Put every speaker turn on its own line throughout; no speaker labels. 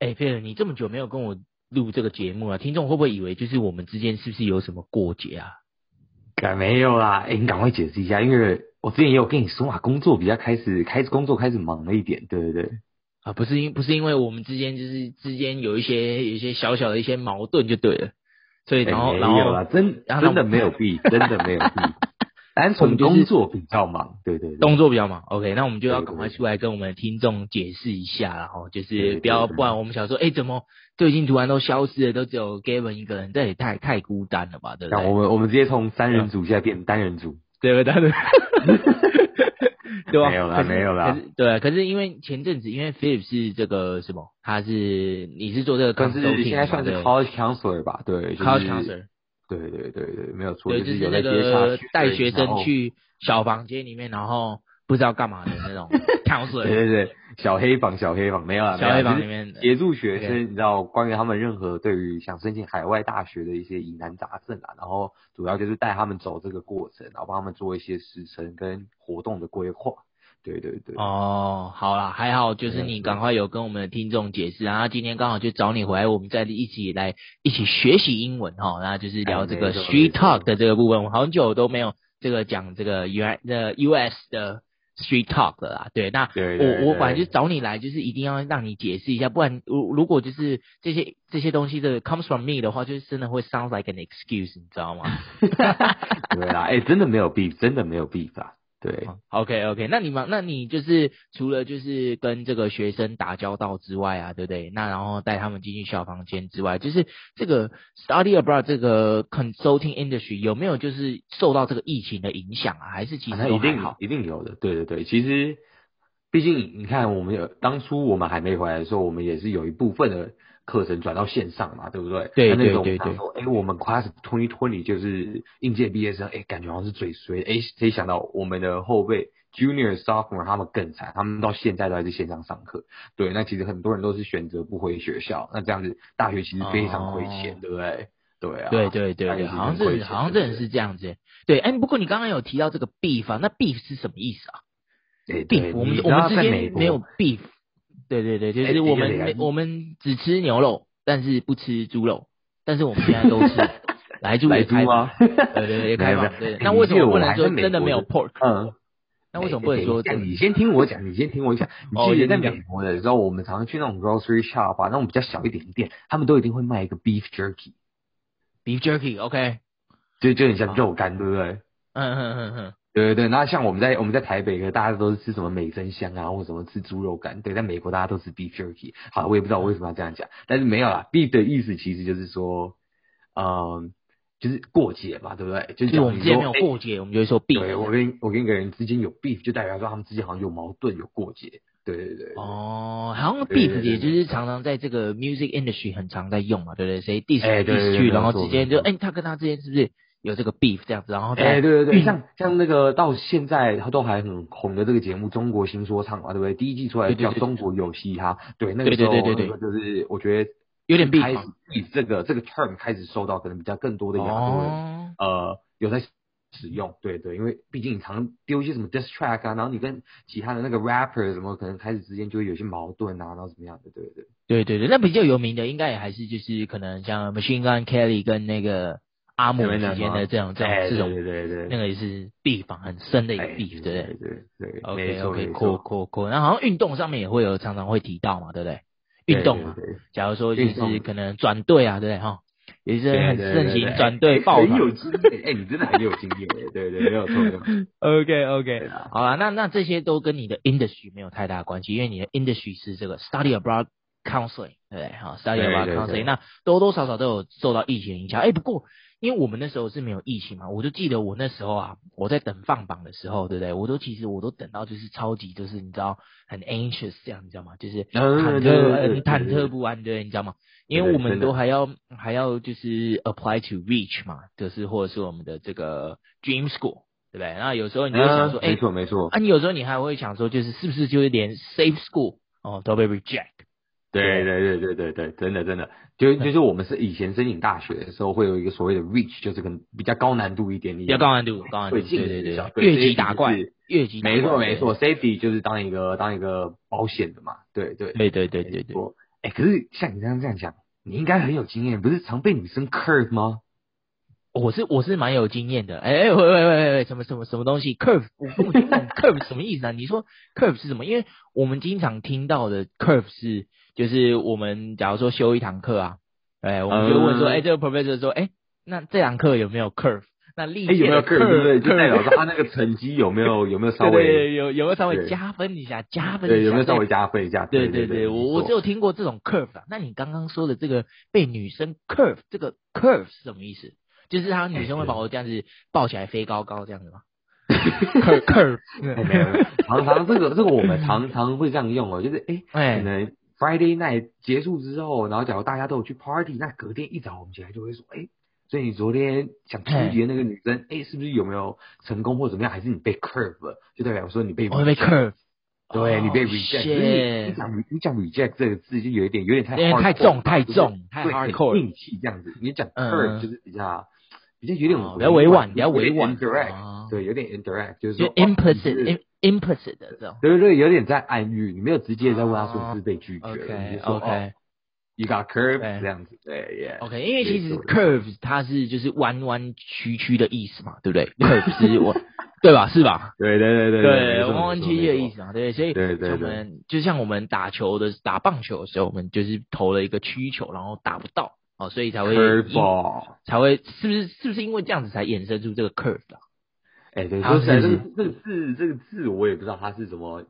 哎、佩尔，你这么久没有跟我录这个节目啊，听众会不会以为就是我们之间是不是有什么过节啊？
敢没有啦？哎、你赶快解释一下，因为我之前也有跟你说嘛，工作比较开始开始工作开始忙了一点，对不对？
啊，不是因不是因为我们之间就是之间有一些有一些小小的一些矛盾就对了，所以
哎
然后、然
没有啦，
后
真
然后
真的没有 必，真的没有必，单
我们
纯
就是
工作比较忙，对对对。
动作比较忙，OK，那我们就要
对对
赶快
对
出来跟我们的听众解释一下啦，哦，就
对
是
对
不要
对
不然我们想说，哎、怎么最近突然都消失了，都只有 Gavin 一个人，这也太太孤单了吧，对不
那
对？嗯
我们我们直接从三人组现在变单人组，
对吧？ 对吧？对吧？
没有啦
可是
没有啦
可是对，可是因为前阵子，因为 Philip 是这个什么，他是你是做这个
算是
consulting
现在
嘛
算是
对啊
college counselor 吧，对
college
就是
counselor
对对对对，没有错，
对，就是
有
那
在接下
个
去
带学生，
然后
去小房间里面，然后不知道干嘛的那 种
对
counselor，
对对，小黑榜小黑榜没有啦，
小黑
没有啦
房
就
里
是
面
协助学
OK
生，你知道关于他们任何对于想申请海外大学的一些疑难杂症啊，然后主要就是带他们走这个过程，然后帮他们做一些时程跟活动的规划。对对对，啊
哦，好啦，还好，就是
没
你
有
赶快有跟我们的听众解释，然啊后今天刚好就找你回来，我们再一起来一起学习英文哈，然后就是聊
哎
这个
没错
street
没错
talk 的这个部分，我好久都没有这个讲这个 U 的 US 的 street talk 了啦。对，那
对对
哦我我本
对
来就找你来，就是一定要让你解释一下，不然如如果就是这些这些东西的 comes from me 的话，就是真的会 sounds like an excuse，你知道吗？
对啦，哎、真的没有 beef，真的没有 beef 啊。对，
OK OK，那你们，那你就是除了就是跟这个学生打交道之外啊，对不对？那然后带他们进去小房间之外，就是这个 study abroad 这个 consulting industry 有没有就是受到这个疫情的影响啊？还是其
啊
实
那
都
一
还
定
好？
一定有的。对对对，其实毕竟你看，我们有当初我们还没回来的时候，我们也是有一部分的课程转到线上嘛，对不对？
对
那那
对
种
对
想
对
说，哎，我们 class 推一推理就是应届毕业生，哎，感觉好像是最衰的。哎，谁想到我们的后辈 junior sophomore 他们更惨，他们到现在都还在线上上课。对，那其实很多人都是选择不回学校，那这样子大学其实非常亏钱，
哦
对不对？对啊，
对对对
大学
对，
其实
好像
很亏
是
钱
好像
对
真
不
的
对
是这样子欸。对，哎，不过你刚刚有提到这个 beef 啊，那 beef 是什么意思啊
哎，对，
？beef 我们
你
我
知
们
道
之
在美
间
国
没有 beef。对对对，就
哎
是我们
的确
没
的
我们只吃牛肉，但是不吃猪肉，但是我们现在都 吃来猪
来
也
猪
开
吗
放？ 对对对，开
没有
放。
没有
对，
哎
那
你
为什
记
么
得
不
我
能
还
说
在美
真的
国
没有
的
pork？
嗯，
那为什么不能
哎
说
等一下
真
你先听我讲，你先听我讲。
哦
你记得在
你讲
美国的时候，我们常去那种 grocery shop 啊，那种比较小一点的店，他们都一定会卖一个 beef jerky，
beef jerky？OK，
就就很像肉干，对不对？
嗯嗯嗯嗯，
对对对，那像我们在我们在台北，可能大家都是吃什么美珍香啊，或者什么吃猪肉干。对，在美国大家都吃 beef jerky。好，我也不知道我为什么要这样讲，但是没有啦，beef 的意思其实就是说，嗯，就是过节嘛，对不对？
就
就
是是
讲
我们
你
之间
说
没有
哎
过节，我们就会说
对我
beef。
跟我跟一个人之间有 beef，就代表说他们之间好像有矛盾、有过节。对对对。
哦，好像
对对
beef
对对
也就是常常在这个 music industry 很常在用嘛，对不对？谁 diss
哎对对
diss
对
去，
没
然后
错
之间就
没
哎，他跟他之间是不是有这个 beef 这样子？然后
哎、
再嗯
对对对，像像那个到现在它都还很红的这个节目《中国新说唱》嘛，对不对？第一季出来
对对
叫
对
《中国有嘻哈》，对，那
对对
个时候
对对对
那个就是我觉得
有点 beef
开始
嘛
beef 这个这个 term 开始受到可能比较更多的亚洲人、
哦。
呃有在使用，对对，因为毕竟你常丢一些什么 diss track 啊，然后你跟其他的那个 rapper 什么，可能开始之间就会有些矛盾啊，然后怎么样的，对对。
对对对，那比较有名的应该也还是就是可能像 Machine Gun Kelly 跟那个阿姆之间的这种这种
哎
这
对
种，
对对
那
对，
个也是 beef 嘛很深的一个
哎
beef，对
对
不对
对对没
？OK
错
OK，
没
扩
错，
扩扩，那好像运动上面也会有常常会提到嘛，对不对？运动啊嘛，
对对对
假如说就
运动
是可能转队啊，对不对哈？也是
对
很盛
对对
行
对
转队
哎
抱
很
团。啊
有经验，哎、你真的很有经验，对对对，没有错，没 有错
OK OK，
对啊
好啦，那那这些都跟你的 industry 没有太大关系，因为你的 industry 是这个 study abroad counseling，对不对？好，study
对
abroad
对
counseling，
对
那多多少少都有受到疫情影响。哎，不过因为我们那时候是没有疫情嘛，我就记得我那时候啊，我在等放榜的时候，对不对？我都其实我都等到就是超级就是你知道很 anxious 这样，你知道吗？就是忐
嗯对
忑
对对
很
对
忐
对
忑呃不安，对，你知道吗？
对
因为我
真
们
的
都还要还要就是 apply to reach 嘛，就是或者是我们的这个 dream school，对不对？那有时候你就会想说，
嗯
哎、
没错没错，
啊，你有时候你还会想说，就是是不是就是连 safe school 哦都被 reject？
对对对对对对，真的真的，就就是我们是以前申请大学的时候，会有一个所谓的 reach，就是可能比较高难度一点点，
比较高难度，高难度，
会进
对对
学校
对，
对
越级
这
打
就是
怪，越级打怪
没错没错，，，safety 就是当一个当一个保险的嘛，对对
对对对对对
没
对，
错。哎、可是像你这样这样讲，你应该很有经验，不是常被女生 curve 吗？
我是我是蛮有经验的，哎、哎喂喂喂喂喂，什么什么什么东西？curve，我根本听不懂 curve 什么意思啊？你说 curve 是什么？因为我们经常听到的 curve 是，就是我们假如说修一堂课啊，哎，我们就问说，
嗯
哎、这个 professor 说，哎、那这堂课有没有 curve？那历
哎、
届
有没有
的
curve？对不对？就代
curve
表说他啊那个成绩有没有有没有稍
对对对
微
有有没有稍微
对
加分一下？加分一下？
对有没有稍微
对
加分一下？
对
对
对对，我
没
我
错
只有听过这种 curve 啊。那你刚刚说的这个被女生 curve，这个 curve 是什么意思？就是她女生会把我这样子抱起来飞高高这样子吗 ？curve curve，
哎没有，没有常常这个这个我们常常会这样用哦，就是哎、可
哎，
能 Friday night 结束之后，然后假如大家都有去 party，那隔天一早我们起来就会说，哎、所以你昨天想出击的那个女生，哎、是不是有没有成功或怎么样？还是你被 curve 了？就代表说你被
我会被
reject
curve，
对你被
哦
reject，、
shit
可是你你讲你讲 reject 这个字就有一点有点太
有点太
hardcore，
重太
就是
重太
对很
hardcore
硬气这样子。你讲
嗯
curve 就是比较比较有点
哦比较委婉比较
有点
委婉
indirect，、
哦
对，有点 indirect，就是
就
说哦你是
implicit im- implicit 的这种。
对对对，有点在暗喻，你没有直接在问他说是不是被拒绝了，你
哦 OK
就说
OK
哦、，you got curve
对
这样子，对耶。Yeah
OK，因为其实
没错
curve 它是就是弯弯曲曲的意思嘛，对不对？curve 是我， 对吧？是吧？
对对对
对，
没错
弯弯曲曲的意思啊嘛，对，所以
对对
我
对
们就像我们打球的打棒球的时候，我们就是投了一个曲球，然后打不到哦，所以才会
没错 curve
因
ball，
才会是不是是不是因为这样子才衍生出这个 curve 啊？
哎，对，
好
说起来
是是
这个这个字这个字我也不知道它是怎么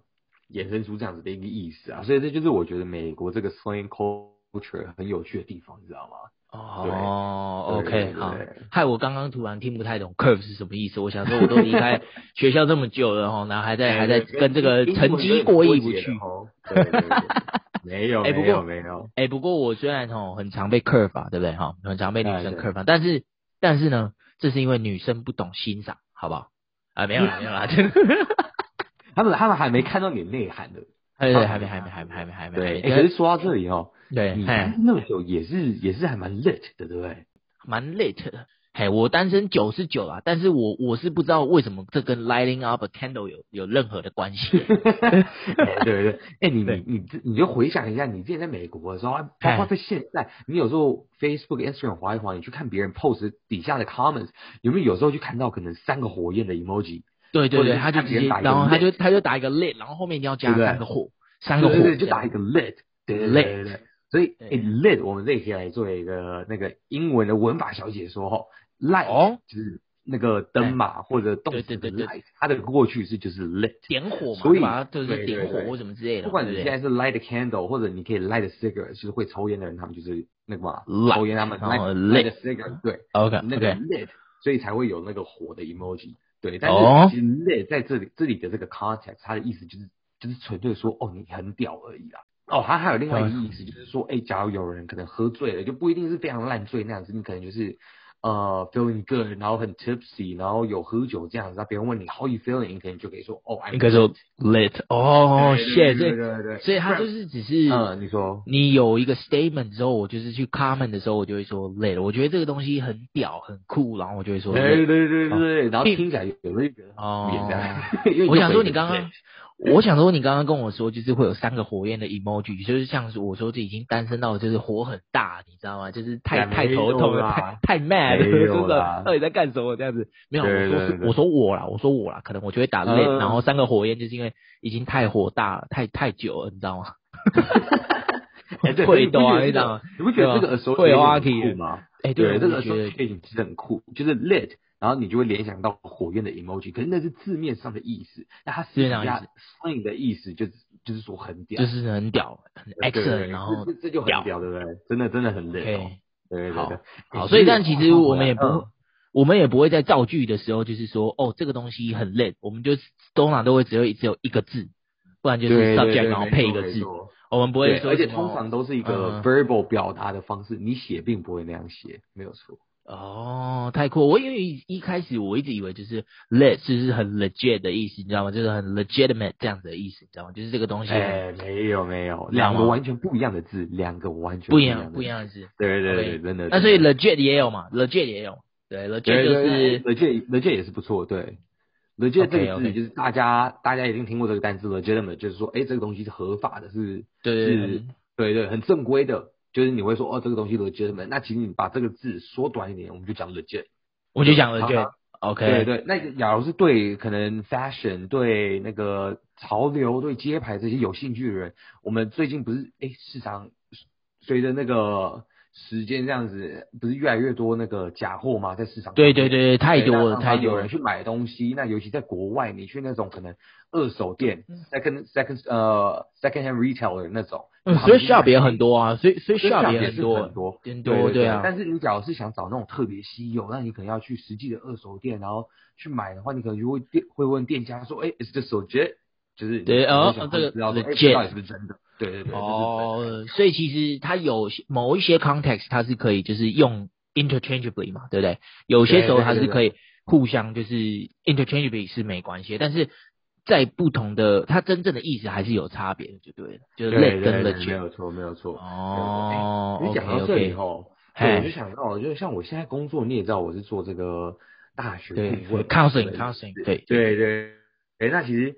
衍生出这样子的一个意思啊，所以这就是我觉得美国这个 slang culture 很有趣的地方，你知道吗？
哦
对对
，OK，
对
好
对，
害我刚刚突然听不太懂 curve 是什么意思。我想说，我都离开 学校这么久了哈，然后还
哎
在还在跟这个成绩过意不去。
哦。对对对对没有
哎不
没
过
有没有，
哎、不过我虽然吼很常被 curve 啊，对不对哈？很常被女生
哎对
curve，、啊、但是但是呢，这是因为女生不懂欣赏，好不好？啊，没有啦，没有啦， 真的，
他们他们还没看到你的内涵的。
哎对，还没，还没，还没，还没，还没，
对，
还没
哎、可是说到这里哦，
对，
你
哎，
那么久也是也是还蛮 lit 的，对不对？
蛮 late 的。嘿，我单身九十九啊，但是我我是不知道为什么这跟 lighting up a candle 有有任何的关系。
哎 对对对，哎、你
对哎
你你这你就回想一下，你之前在美国的时候，包括在现在，你有时候 Facebook、Instagram 滑一滑，你去看别人 post 底下的 comments，有没有有时候去看到可能三个火焰的 emoji？
对对
或者
对，
是
他就
看
直
别人
接，
打一个
然后他
lit
就 他就打一个 lit，然后后面一定要加
对不对
三个火，三
对
个火
对对，就
这样
打一个 lit，对对
Lit
对对对。所以、
对
哎 lit，我们这里可以来做一个那个英文的文法小解说哦，light、
哦哎
就是那个灯嘛，或者动词
对对
的
对对
light，它的过去式就是 lit。
点火嘛，
所以
就把它就是
对对
点火
对
或什么之类的嘛，
不管你
对
现
对
在是 light a candle，或者你可以 light a cigarette，就是会抽烟的人，他们就是那个嘛
Light，
抽烟他们
然后
light
lit
a cigarette，对，
？OK
那个
OK，
lit，所以才会有那个火的 emoji，对。但是
哦
其实 lit 在这里这里的这个 context，它的意思就是就是纯粹说哦你很屌而已啦。哦，它还有另外一个意
嗯
思，就是说，哎、假如有人可能喝醉了，就不一定是非常烂醉那样子，你可能就是呃 feeling good，然后很 tipsy，然后有喝酒这样子，那别人问你 how you feeling，你可能就可以说，哦，I'm
应该说
lit
lit 哦
对对
，shit，所
对
以
对对对，
所以
不
他
然
就是只是
嗯，你说，
你有一个 statement 之后，我就是去 comment 的时候，我就会说 lit，我觉得这个东西很屌很酷，然后我就会说 lit。
对对对对，然后听起来有时候就觉得
哦
很
我想说你刚刚，我想说你刚刚跟我说，就是会有三个火焰的 emoji，就是像是我说这已经单身到就是火很大，你知道吗？就是太
哎
太头痛
没有
了，
啦
太太 mad 了，
没有
真的
啦
到底在干什么这样子？没有，
对
我
对
说
对
我说我啦，我说我啦，可能我就会打
嗯
lit，、然后三个火焰就是因为已经太火大了，太太久了，你知 道吗？会抖啊，你知道吗？？
哎你不觉得这个
会有阿 K
很酷吗？
哎、
对，这
我
个
觉得
association 其实很酷，就是 lit，然后你就会联想到火焰的 emoji，可是那是字面上的意思，那它
字
实际
面上的意
上
思
slang 的意思就是就是说很屌，
就是很屌，很
对对对
excellent，然后
这这这就很
屌
屌，对不对？真的真的很 lit，哦
OK。
对对
好
对。
好，
哎
所以
其实
但其
话
实
说
我
回
们
来
也不，
嗯
我们也不会在造句的时候就是说，哦，这个东西很累，我们就通常都会只有只有一个字，不然就是
对对
subject
对，
然后
没
配
错
一个
没
字，
错
我们不
对
会，说
而且
什么
通常都是一
嗯
个 verbal 表达的方式，你写并不会那样写，没有错。
哦，太酷！我因为一开始我一直以为就是 let 就是很 legit 的意思，你知道吗？就是很 legitimate 这样子的意思，你知道吗？就是这个东西
哎，没有没有，
知道
两个
吗
完全不一样的字，两个完全
不一
样的
样，
字
不一。样的字。
对对对
OK
对，真的。
那所以
真的
legit 也有嘛，legit 也有，对，legit
对
就
对
是
对，legit legit 也是不错，对。legit 这个
OK，OK
字就是大家大家一定听过这个单词 legitimate，就是说，哎，这个东西是合法的，是
对对
是
对
对对，很正规的，就是你会说哦，这个东西 legitimate。那其实你把这个字缩短一点，我们就讲 legit。
我就讲了
好
就
好
OK，
对对，那假如是对可能 fashion、对那个潮流、对街牌这些有兴趣的人，我们最近不是哎市场随着那个时间这样子，不是越来越多那个假货吗？在市场上
对
面
对对对，太
对那
多了
常
太
常有
多了
人，去买东西，那尤其在国外，你去那种可能二手店，second second 呃 second hand retail 的那种，
嗯，
他
所
们
以
就
shop
是
也很多啊，所以所以
所以
shop
也
很
是
多
很多
很
对
多
对
啊，
但是你假如是想找那种特别稀有，那你可能要去实际的二手店，然后去买的话，你可能就会店会问店家说，哎，is this legit？就是你
对
你
哦
想
哦
会
这个
知道说，哎，
legit
这到底是不是真的？对对对，这是真的，
哦，所以其实它有些某一些 context 它是可以就是用 interchangeably 嘛，对不对？有些时候
对对
它是
对
可以互相就是 interchangeably 是没关系的，但是在不同的它真正的意思还是有差别的，就对了，就是类
对对
跟
对
了
对，没有错没有错。
哦
你
，OK
讲到这里
OK，
后，对，我就
嘿，
想到，就是像我现在工作，你也知道我是做这个大学
对
顾问嘛
，counseling
对
counseling，对，
对对，哎、那其实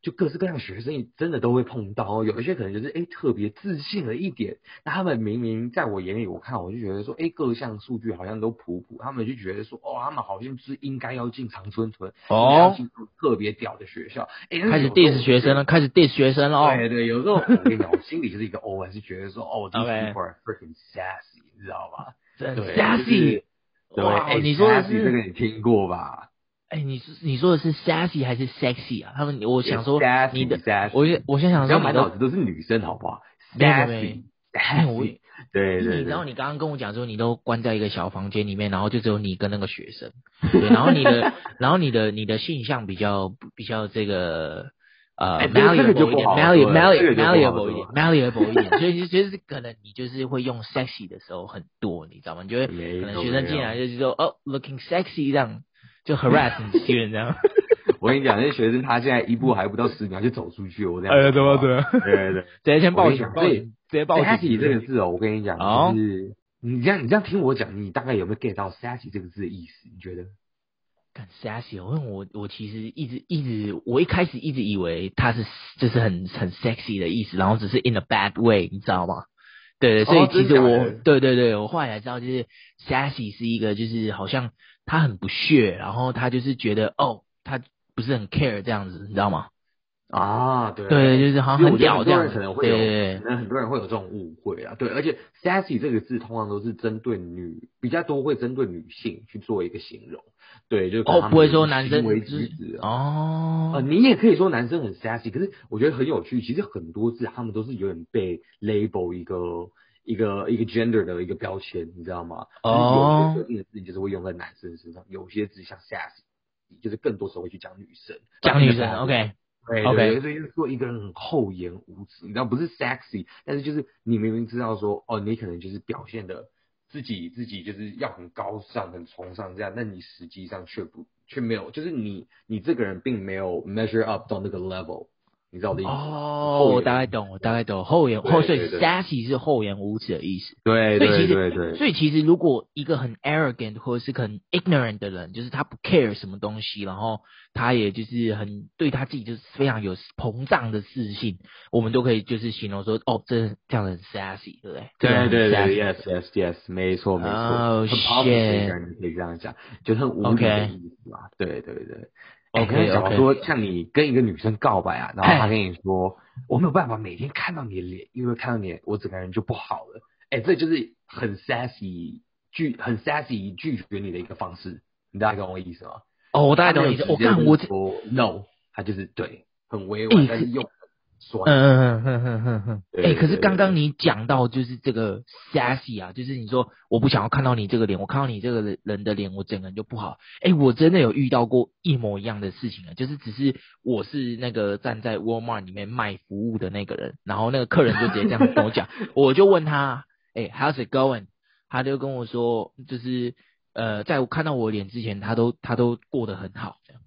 就各式各样的学生真的都会碰到哦，有一些可能就是哎、诶特别自信了一点，那他们明明在我眼里，我看我就觉得说，哎、各项数据好像都普普，他们就觉得说，哦，他们好像是应该要进长春屯，应该要
哦，
进特别屌的学校，哎、
开始 diss 学生
了。
了，开始 diss 学生了哦，
对对，有时候我跟你讲，我心里就是一个 O，是觉得说，哦，these
OK
people are freaking sassy，你知道吗？
真
对
sassy，
对，
哇，
哎
你说的
sassy
是
这个你听过吧？
哎，你是你说的是 sassy 还是 sexy 啊？他们，我想说
sassy，
你的
sassy，
我我先想
不
说
要
你
满脑
的，
子都是女生，好不好
没有没有
？sassy，
哎我
sassy，对对
你知
对
道，你刚刚跟我讲说你都关在一个小房间里面，然后就只有你跟那个学生，对，然后你的然后你的你的性向比较比较这个呃
哎这个这个就
malleable 一
不
点
好
，malleable 一点
说了这个就不好说
，malleable 一点，malleable 一点，所以就是可能你就是会用 sexy 的时候很多，你知道吗？你就会可
没
能
错
学生
嗯没
进来
有
就是说哦 looking sexy 这样，就 harass 你 student 这样。
我跟你讲，那学生他现在一步还不到十秒就走出去，我这样。
哎
哦
对？啊
对 对对
直接先报警，
我
报
跟你
警，直接报警。哎
，sassy 这个字哦，我跟你讲，
哦
就是你这样你这样听我讲，你大概有没有 get 到 sassy 这个字的意思？你觉得？
干 sassy，我我我其实一直一直，我一开始一直以为它是就是很很 sexy 的意思，然后只是 in a bad way，你知道吗？对对，所以
哦真
其实
假的
我、对对对，我后来才知道，就是 sassy 是一个就是好像他很不屑，然后他就是觉得哦，他不是很 care 这样子，你知道吗？
啊，对
对，就是好
因
像
为我
很
觉得
屌
很
这样
多人
子，
可能会
对
有，
对对
可能很多人会有这种误会啊，对，而且 sassy 这个字通常都是针对女，比较多会针对女性去做一个形容，对，就是可能
哦，
他们
不会
的
说男
行
生
为
就是
举止啊。
哦，
呃，你也可以说男生很 sassy，可是我觉得很有趣。其实很多字他们都是有点被 label 一个一个一个 gender 的一个标签，你知道吗？
哦
就是有些特定的字就是会用在男生身上，有些字像 sassy，就是更多时候会去讲女生，啊
讲女生
那
，OK，
对
OK
对，所以就是说一个人很厚颜无耻，你知道不是 sexy，但是就是你明明知道说，哦，你可能就是表现的自己自己就是要很高尚、很崇尚这样，但你实际上却不却没有，就是你你这个人并没有 measure up 到那个 level，你知道我的意思吗？
哦，
厚
我
颜
大概懂，我大概懂，厚颜
对
厚，所以
对对
sassy 是厚颜无耻的意思。
对
所以其
对
实
对对，
所以其实如果一个很 arrogant 或者是很 ignorant 的人，就是他不 care 什么东西，然后他也就是很对他自己就是非常有膨胀的自信，我们都可以就是形容说，哦，这这样的人 sassy，对不对？这
对
样的
对
人
对
sassy
，yes yes yes，没错没错，
Oh,
很 powerful 的
shit
一个人可以这样讲，就是很无理的
OK
意思嘛。对对对
OK，
哎那假
OK
如说像你跟一个女生告白啊，然后
哎
她跟你说我没有办法每天看到你的脸，因为看到你的我整个人就不好了。哎，这就是很 sassy 拒很 sassy 拒绝你的一个方式，你大概懂我意思吗？
哦，我大概
她
懂
没
你
有
的，
直
我
接就
看
是
我这，
说 no，她就是对，很委婉
哎，
但是又
嗯
很
嗯
酸。
嗯嗯嗯嗯嗯嗯。哎、
对
可是
对
刚刚
对
你讲到就是这个 sassy 啊，就是你说我不想要看到你这个脸，我看到你这个人的脸，我整个人就不好。哎、我真的有遇到过一模一样的事情啊，就是只是我是那个站在 Walmart 里面卖服务的那个人，然后那个客人就直接这样跟我讲，我就问他，哎、h o w s it going？他就跟我说，就是呃，在我看到我脸之前，他都他都过得很好，这样。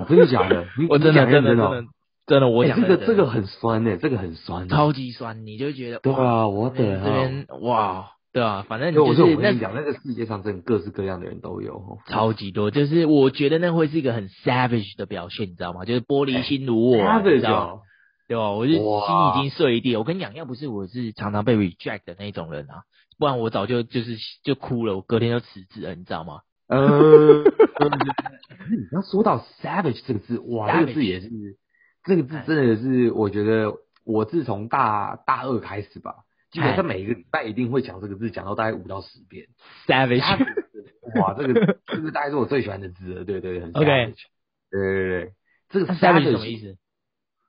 我真的假的？你
我
你
真的
讲
真的
认
真
哦
的真的，我
哎
讲
这
的
个这个很酸呢，这个很酸欸。
超级酸，你就觉得
对
哇
啊，我
这
得啊。
边哇，对啊，反正
因为我
就
说
是
我
那
跟你讲，那个世界上真的各式各样的人都有哦。
超级多，就是我觉得那会是一个很 savage 的表现，你知道吗？就是玻璃心如我，
他
你
的
知道吗？
脚，
对吧？我就心
哎哦哇
已经碎一地。我跟你讲，要不是我是常常被 reject 的那种人啊，不然我早就就是就哭了，我隔天就辞职了，你知道吗？
呃，你要说到 savage 这个字，哇，
Savage 哎
这个字也是，这个字真的是，我觉得我自从大大二开始
哎
吧，基本上每一个礼拜一定会讲这个字，讲到大概五到十遍。
savage，
savage 哇，这个这个大概是我最喜欢的字了，对对对很
OK
savage 对对对，这个
那 savage 是
savage
什么意思？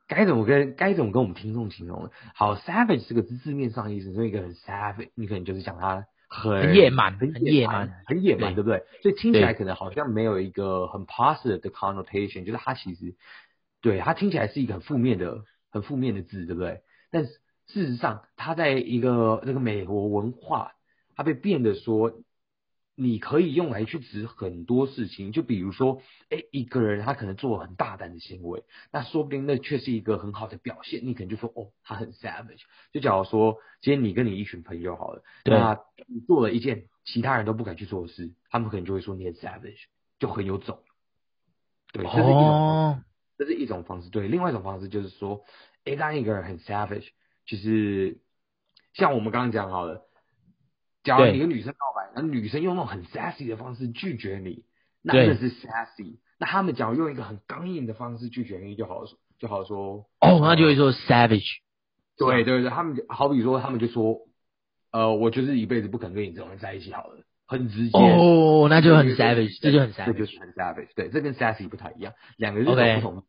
该怎么跟该怎么跟我们听众形容呢？好，savage 这个字字面上的意思，是一个很 savage，你可能就是讲他很
很野蛮
哎很
很
野
野
蛮
蛮，
很野蛮，对不对？所以听起
对
来可能好像没有一个很 positive 的 connotation，就是它其实对它听起来是一个很负面的、很负面的字，对不对？但是事实上，它在一个那个美国文化，它被变得说，你可以用来去指很多事情，就比如说，哎，一个人他可能做了很大胆的行为，那说不定那却是一个很好的表现，你可能就说，哦，他很 savage。就假如说，今天你跟你一群朋友好了，
对
那你做了一件其他人都不敢去做的事，他们可能就会说你很 savage，就很有种。对，这是一种方式
哦，
这是一种方式。对，另外一种方式就是说，诶，当一个人很 savage，就是像我们刚刚讲好了，假如
对
你跟女生告白，那女生用那种很 sassy 的方式拒绝你，那
对
那是 sassy。那他们假如用一个很刚硬的方式拒绝你，就好就好说，
哦，那就会说 savage，
对对对，他们就好比说，他们就说，呃，我就是一辈子不肯跟你这种人在一起好了，很直接。
哦，那就很
对对对
savage，这就很
这就是
savage。
很 savage，对，这跟 sassy 不太一样，两个是种
OK
不同。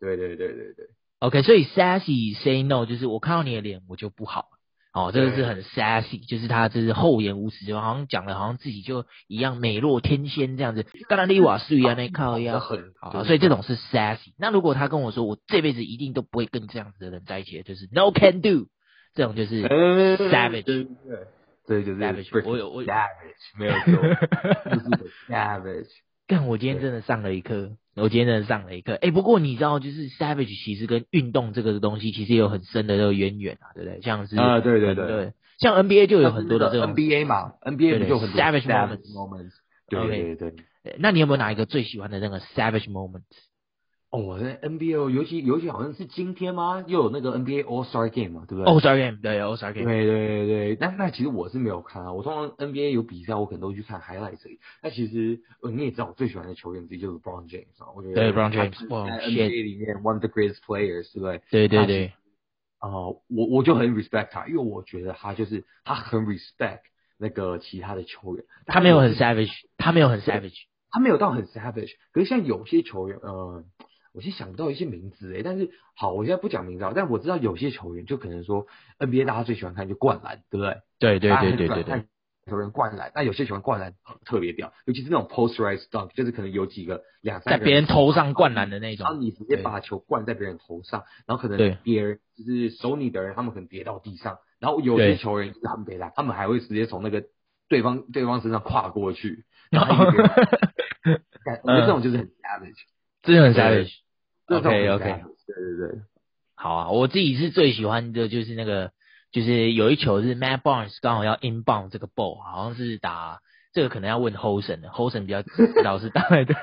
对对对对对，
OK，所以 sassy say no 就是我看到你的脸我就不好。哦，这个
对
是很 sassy，就是他这是厚颜无耻，就好像讲的好像自己就一样美若天仙这样子，干那利瓦斯一样那靠一 样。
很
好，所以这种是 sassy。那如果他跟我说我这辈子一定都不会跟这样子的人在一起，就是 no can do，这种就是
呃
savage
对对对，就是
savage。我有我有
savage 没有错，就是 savage。
干，我今天真的上了一课，我今天真的上了一课。哎、不过你知道，就是 savage 其实跟运动这个东西其实也有很深的这个渊源啊，对不对？像是
啊对对
很
对
对，像 NBA 就有很多的这种。
NBA 嘛
对
，NBA
对
不就很多
savage
moments？对
OK
对对对。
对那你有没有哪一个最喜欢的那个 savage moment？
哦，我在 NBA，哦尤其尤其好像是今天吗？又有那个 NBA All Star Game 嘛，对不对？
哦 s o r r game，对 o s o r
对
game，
对对对，那那其实我是没有看啊，我通常 NBA 有比赛，我可能都会去看 highlight 而已。那其实呃你也知道，我最喜欢的球员之一就是 LeBron James 啊，我觉得
对，LeBron
他
James，
是
哇
在
shit
NBA 里面 one of the greatest players，对不对？
对对
那
对，
啊、我我就很 respect 他，因为我觉得他就是他很 respect 那个其他的球员，
他没有很 savage，他没有很
对
savage，
他没有到很 savage，可是像有些球员，呃，我现在想不到一些名字诶，但是好，我现在不讲名字啊，但我知道有些球员就可能说 NBA 大家最喜欢看就灌篮，对不对？
对对
大
对
家很
对
喜
对
欢
对，
看球员灌篮，那有些喜欢灌篮很特别屌，尤其是那种 posterized dunk，就是可能有几个两三
在
个
别人头上灌篮的那
然后
种，
你直接
对
把球灌在别人头上，然后可
对
能别人就是守你的人，他们可能跌到地上，然后有
对
些球员就是很北大，他们还会直接从那个对方对方身上跨 过去，然后一个人干我觉得这种就是很 savage，
这就很
对
savage。
这种很
嗯 OK，OK
savage，对对对，
好啊，我自己是最喜欢的就是那个，就是有一球是 Matt Barnes 刚好要 inbound 这个 ball，好像是打这个可能要问 Hosen 的，Hosen 比较知道 是当然的。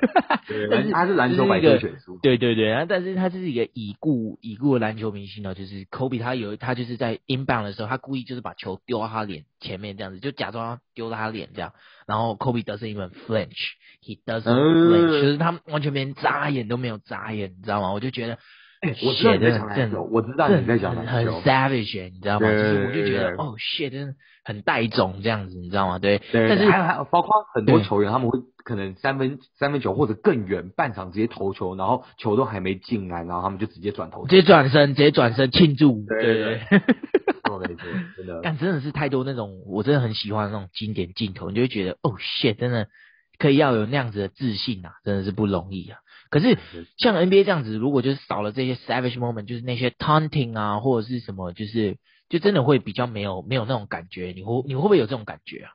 对
但
篮
是
他是篮球百科全书，
对对对，然后但是他是一个已故已故的篮球明星哦，就是 Kobe 他有他就是在 inbound 的时候，他故意就是把球丢到他脸前面这样子，就假装要丢到他脸这样，然后 Kobe doesn't even flinch，he doesn't flinch，、就
嗯
是他完全连眨眼都没有眨眼，你知道吗？我就觉得。
哎
哎
我知道你在讲
真
篮
的
球，我知道你在讲
很
篮
很
球，
savage，欸你知道吗？就
对
是我就觉
对对
得
对
哦 shit，真的很带种这样子，你知道吗？对，
对，
但是
还有还有包括很多
对
球员，他们会可能三分三分球或者更远，半场直接投球，然后球都还没进来，然后他们就直接转头
直。接转身，直接转身庆祝，
对
对
对
对。
做没错，真的。
但真的是太多那种，我真的很喜欢那种经典镜头，你就会觉得哦 shit，真的可以要有那样子的自信啊，真的是不容易啊。可是像 NBA 这样子，如果就是少了这些 savage moment，就是那些 taunting 啊，或者是什么，就是就真的会比较没有没有那种感觉。你会你会不会有这种感觉啊？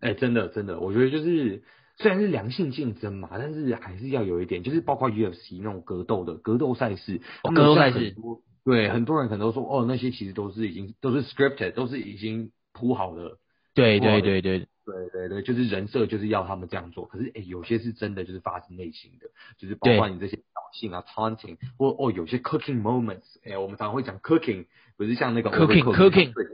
哎、真的真的，我觉得就是虽然是良性竞争嘛，但是还是要有一点，就是包括 UFC 那种格斗的格斗赛事，
哦
他们
格斗赛
像很
事
多，对，很多人可能都说哦，那些其实都是已经都是 scripted，都是已经铺好的
对
哇
对对对
对对对，就是人设就是要他们这样做，可是诶，有些是真的就是发自内心的，就是包括
对
你这些挑衅啊、taunting 或哦有些 cooking moments，诶，我们常常会讲 cooking，不是像那个
Cooking，
overcooked，
cooking
对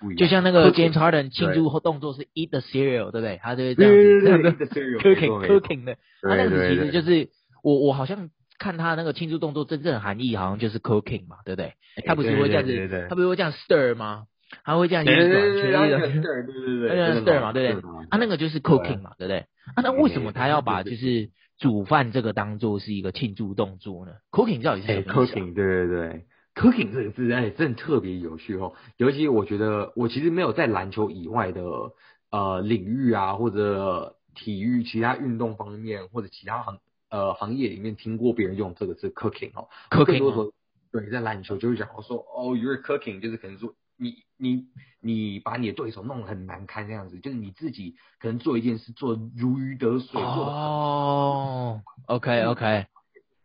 不一样
就像那个 James
Cooking，
Harden 庆祝动作是 eat the cereal，对不对？他就会这
对
样子这
对对对
样
对
子
，eat the cereal，没错
cooking
没错
cooking 的，他那个
对对
其实
对，
就是我我好像看他那个庆祝动作真正的含义好像就是 cooking 嘛，对不对？他不是会这样
哎对对对
子
对，
他不是会这样 stir 吗？他会这样
对
旋
对
转
对对，然后那
旋转
个 stir，对对对，
那个
真
stir
的
嘛
蛮
对不对
真的蛮
啊，那个就是
对啊
cooking 嘛，对不对？啊，那为什么他要把
对
就
对
是煮饭这个当做是一个庆祝动作呢？cooking 到底是
哎、
什
c o
么意
o
思
k i
啊
n g 对对对，cooking 这个字哎，真的特别有趣哦。尤其我觉得，我其实没有在篮球以外的呃领域啊，或者体育其他运动方面，或者其他行呃行业里面听过别人用这个字 cooking 哦。更多时
？cooking
候对，在篮球就会讲到说，哦，you're cooking，就是可能说你你你把你的对手弄得很难堪这样子，就是你自己可能做一件事做得如鱼得水，做得嗯
哦，OK OK，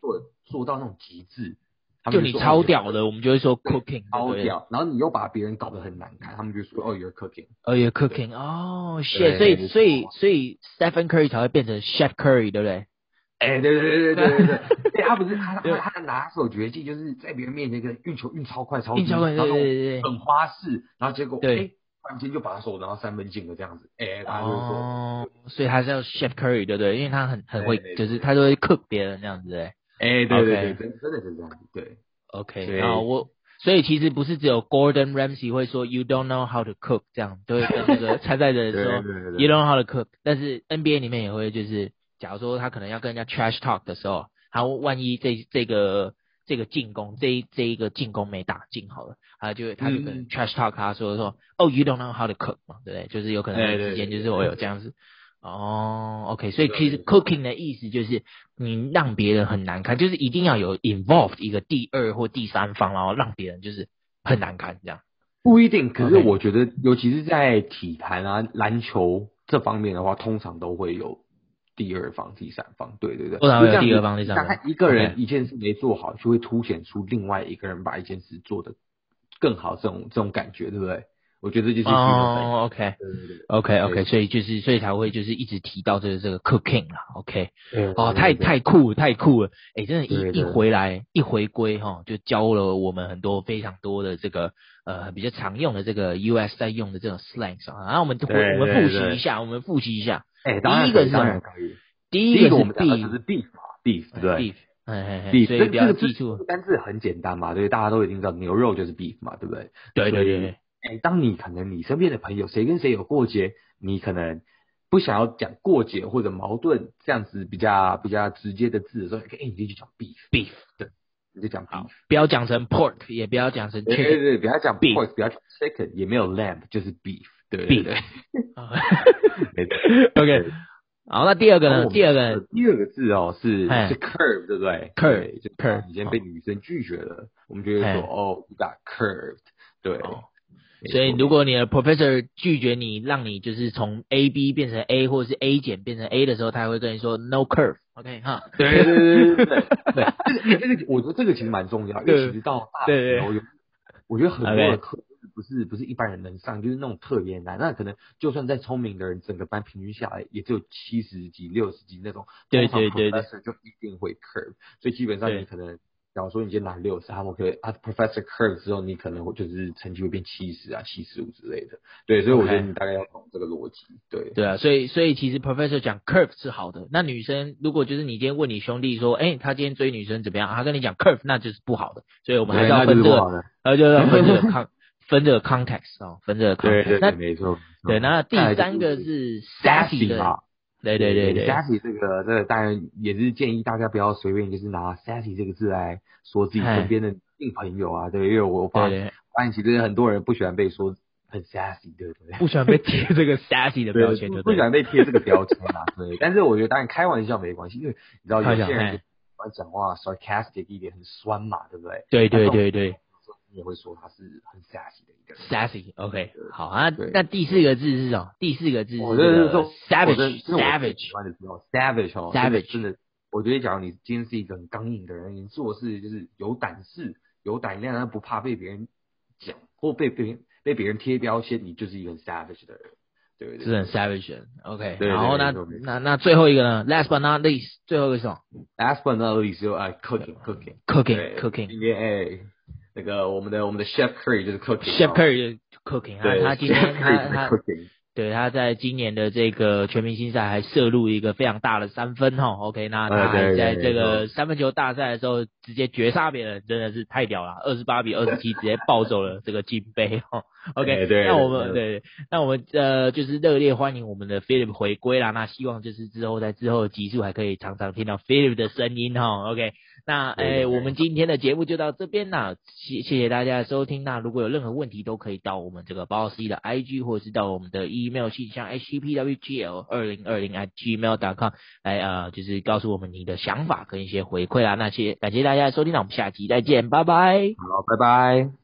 做得做到那种极致。他
就
们
你
说哦
超
，you're
屌的，我们就会说 cooking，对不
超
对
屌，然后你又把别人搞得很难看，他们就说哦，you're cooking。
哦，有 cooking 哦，shit，
对
所以
没错
所以所以 Stephen Curry 才会变成 Chef Curry，对不对？
哎，对对对对对对对， 对他不是他他他的拿手绝技就是在别人面前跟运球运超快超低
印象会，
然
对
后那种
对对对，
很花式，然后结果
对
哎，突然间就把手然后三分进了这样子，哎，大家就会说
哦，所以他是要 Chef Curry，对不对？因为他很很会
对对，对
就是他就会 cook 别人这样子，对不对。
哎，对对
OK
对，真真的是这样子，对
OK，
对
然后我所以其实不是只有 Gordon Ramsay 会说 You don't know how to cook 这样，就会跟那个参赛者
对对
说
对
You
对
don't know how to cook，但是 NBA 里面也会就是，假如说他可能要跟人家 trash talk 的时候，他万一这这个这个进攻这一这一个进攻没打进好了，他就他就可能
嗯
trash talk 他说说 Oh you don't know how to cook 嘛，对不对？就是有可能
对对
之间就
对
是
对
我
对
有这样子。哦，OK，所以
对
其实
对
cooking 的意思就是你让别人很难堪，就是一定要有 involved 一个第二或第三方，然后让别人就是很难堪这样。
不一定，可是
OK
我觉得，尤其是在体坛啊、篮球这方面的话，通常都会有第二方、第三方。对对对，
通常会有
就这样
第二方第三方
大概一个人
OK
一件事没做好，就会凸显出另外一个人把一件事做得更好，这种这种感觉，对不对？我觉得这就是虚荣感。
哦，OK，
对对对
OK OK，
对
所以就是所以才会就是一直提到这个这个 cooking 啦，OK，
对，
哦，
对
太
对对
太酷了太酷了，哎，真的
对
一，一
对
回来一回归哈、就教了我们很多非常多的这个呃比较常用的这个 US 在用的这种 slang 啊，然后我们回
对
我们
对
复
对
习一下，我们复习一下，
哎，当然
第一个
可以
是
当
什
然
么
可以。
第
第
一
个
个
我
是
们讲的
beef，
就是 beef 嘛，beef 对不对
beef，哎哎哎，
？beef
所
这
以不要
这个字
记
这
住
个，单字很简单嘛，对，大家都已经知道牛肉就是 beef 嘛，对不对？
对对
所
对
以
对，
哎，当你可能你身边的朋友谁跟谁有过节，你可能不想要讲过节或者矛盾这样子比较比较直接的字的时候，哎，你就去讲 beef，
beef
你就讲
好
beef，，
不要讲成 pork，也不要讲成
对对
chicken，
对，不要讲
Beef
pork，不要讲 chicken，也没有 lamb，就是 beef，对对对
啊
对对。
OK，好，那第二个
然后
呢？
我们
第二个
呃第二个字哦是
嘿
是 curve 对不对
Curve，
对就是
curve，
你今天被女生拒绝了，我们就会
嘿
说哦，you got curved，对，
哦
没
所以
错
如果你的 professor 拒绝你，让你就是从 A B 变成 A，或者是 A 减变成 A 的时候，他会跟你说 no curve，OK、哈？
对对对 对对对，对这个这个我觉得这个其实蛮重要，因
对
为其实到大
对
学
对
我有我觉得很多
OK
的课就是不是不是一般人能上，就是那种特别难，那可能就算再聪明的人，整个班平均下来也只有七十几、六十几那种，
对
通常
对对对
professor 就一定会 curve，所以基本上
对
你可能。假如说你今天拿六十，他们可以啊 professor curve 之后，你可能会就是成绩会变七十啊、七十五之类的。对，所以我觉得
OK
你大概要懂这个逻辑。对，
对啊，所以所以其实 professor 讲 curve 是好的。那女生如果就是你今天问你兄弟说，哎、他今天追女生怎么样？他跟你讲 curve，那就是不好的。所以我
我
们还是要分这个，呃，就是要分这个 con 分这个 context 哦，分这个 context。
对对
那
对，没错。没错
对，那第
再来就
三个是 sassy
sassy
的，
嘛，
对对对对，
，sassy 这个这个当然也是建议大家不要随便就是拿 sassy 这个字来说自己
嗨
身边的硬朋友啊，对，因为我发
哎对对，
发现其实很多人不喜欢被说很 sassy，对不对？
不喜欢被贴这个 sassy 的标签，
不
就
不
对
喜
了。
欢被贴这个标签啊， 对。但是我觉得当然开玩笑没关系，因为你知道有
开玩
些
笑哎
人就
嗨
喜欢讲话 sarcastic 一点，很酸嘛，对不对？
对对
那这种
对对
你也会说他是很 sassy 的一个人。
，sassy，OK，、好啊。
对
那第四个字是什么？第四个字是
我真的是说我真的这是我最
savage，savage，
喜欢的时候，savage 哦
Savage
真的真的，我觉得假如你今天是一个很刚硬的人，你做事就是有胆识、有胆量，但不怕被别人讲或被别人被别人贴标签，你就是一个很 savage 的人。对
是
对
很 savage 的。OK，
对
然后那
对没错没错
那那最后一个呢？Last but not least，最后一个是什么
，last but not least 就哎 cooking cooking
？Cooking
对
cooking
今天哎那个我们的我们的 chef curry 就是 cooking
Chef
哦
Curry 的 cooking，他
对
他今天他
Chef Curry 就是
他
cooking
对他在今年的这个全明星赛还射入一个非常大的三分哈。OK，那他
哎对
还
对
在
对
这
没
个三分球大赛的时候直接绝杀别人，真的是太屌了，二十八比二十七直接抱走了这个金杯哈。OK，
哎对
那我们
对
对，那我们呃就是热烈欢迎我们的 Philip 回归啦。那希望就是之后在之后的集数还可以常常听到 Philip 的声音哈。OK，那
对
哎、
对
我们今天的节目就到这边啦，谢谢谢大家的收听。那如果有任何问题，都可以到我们这个包 C 的 IG 或者是到我们的 email 信箱 hcpwgl 二零二零 at gmail.com 来呃，就是告诉我们你的想法跟一些回馈啦。那谢感谢大家的收听，那我们下期再见，拜拜。
好，拜拜。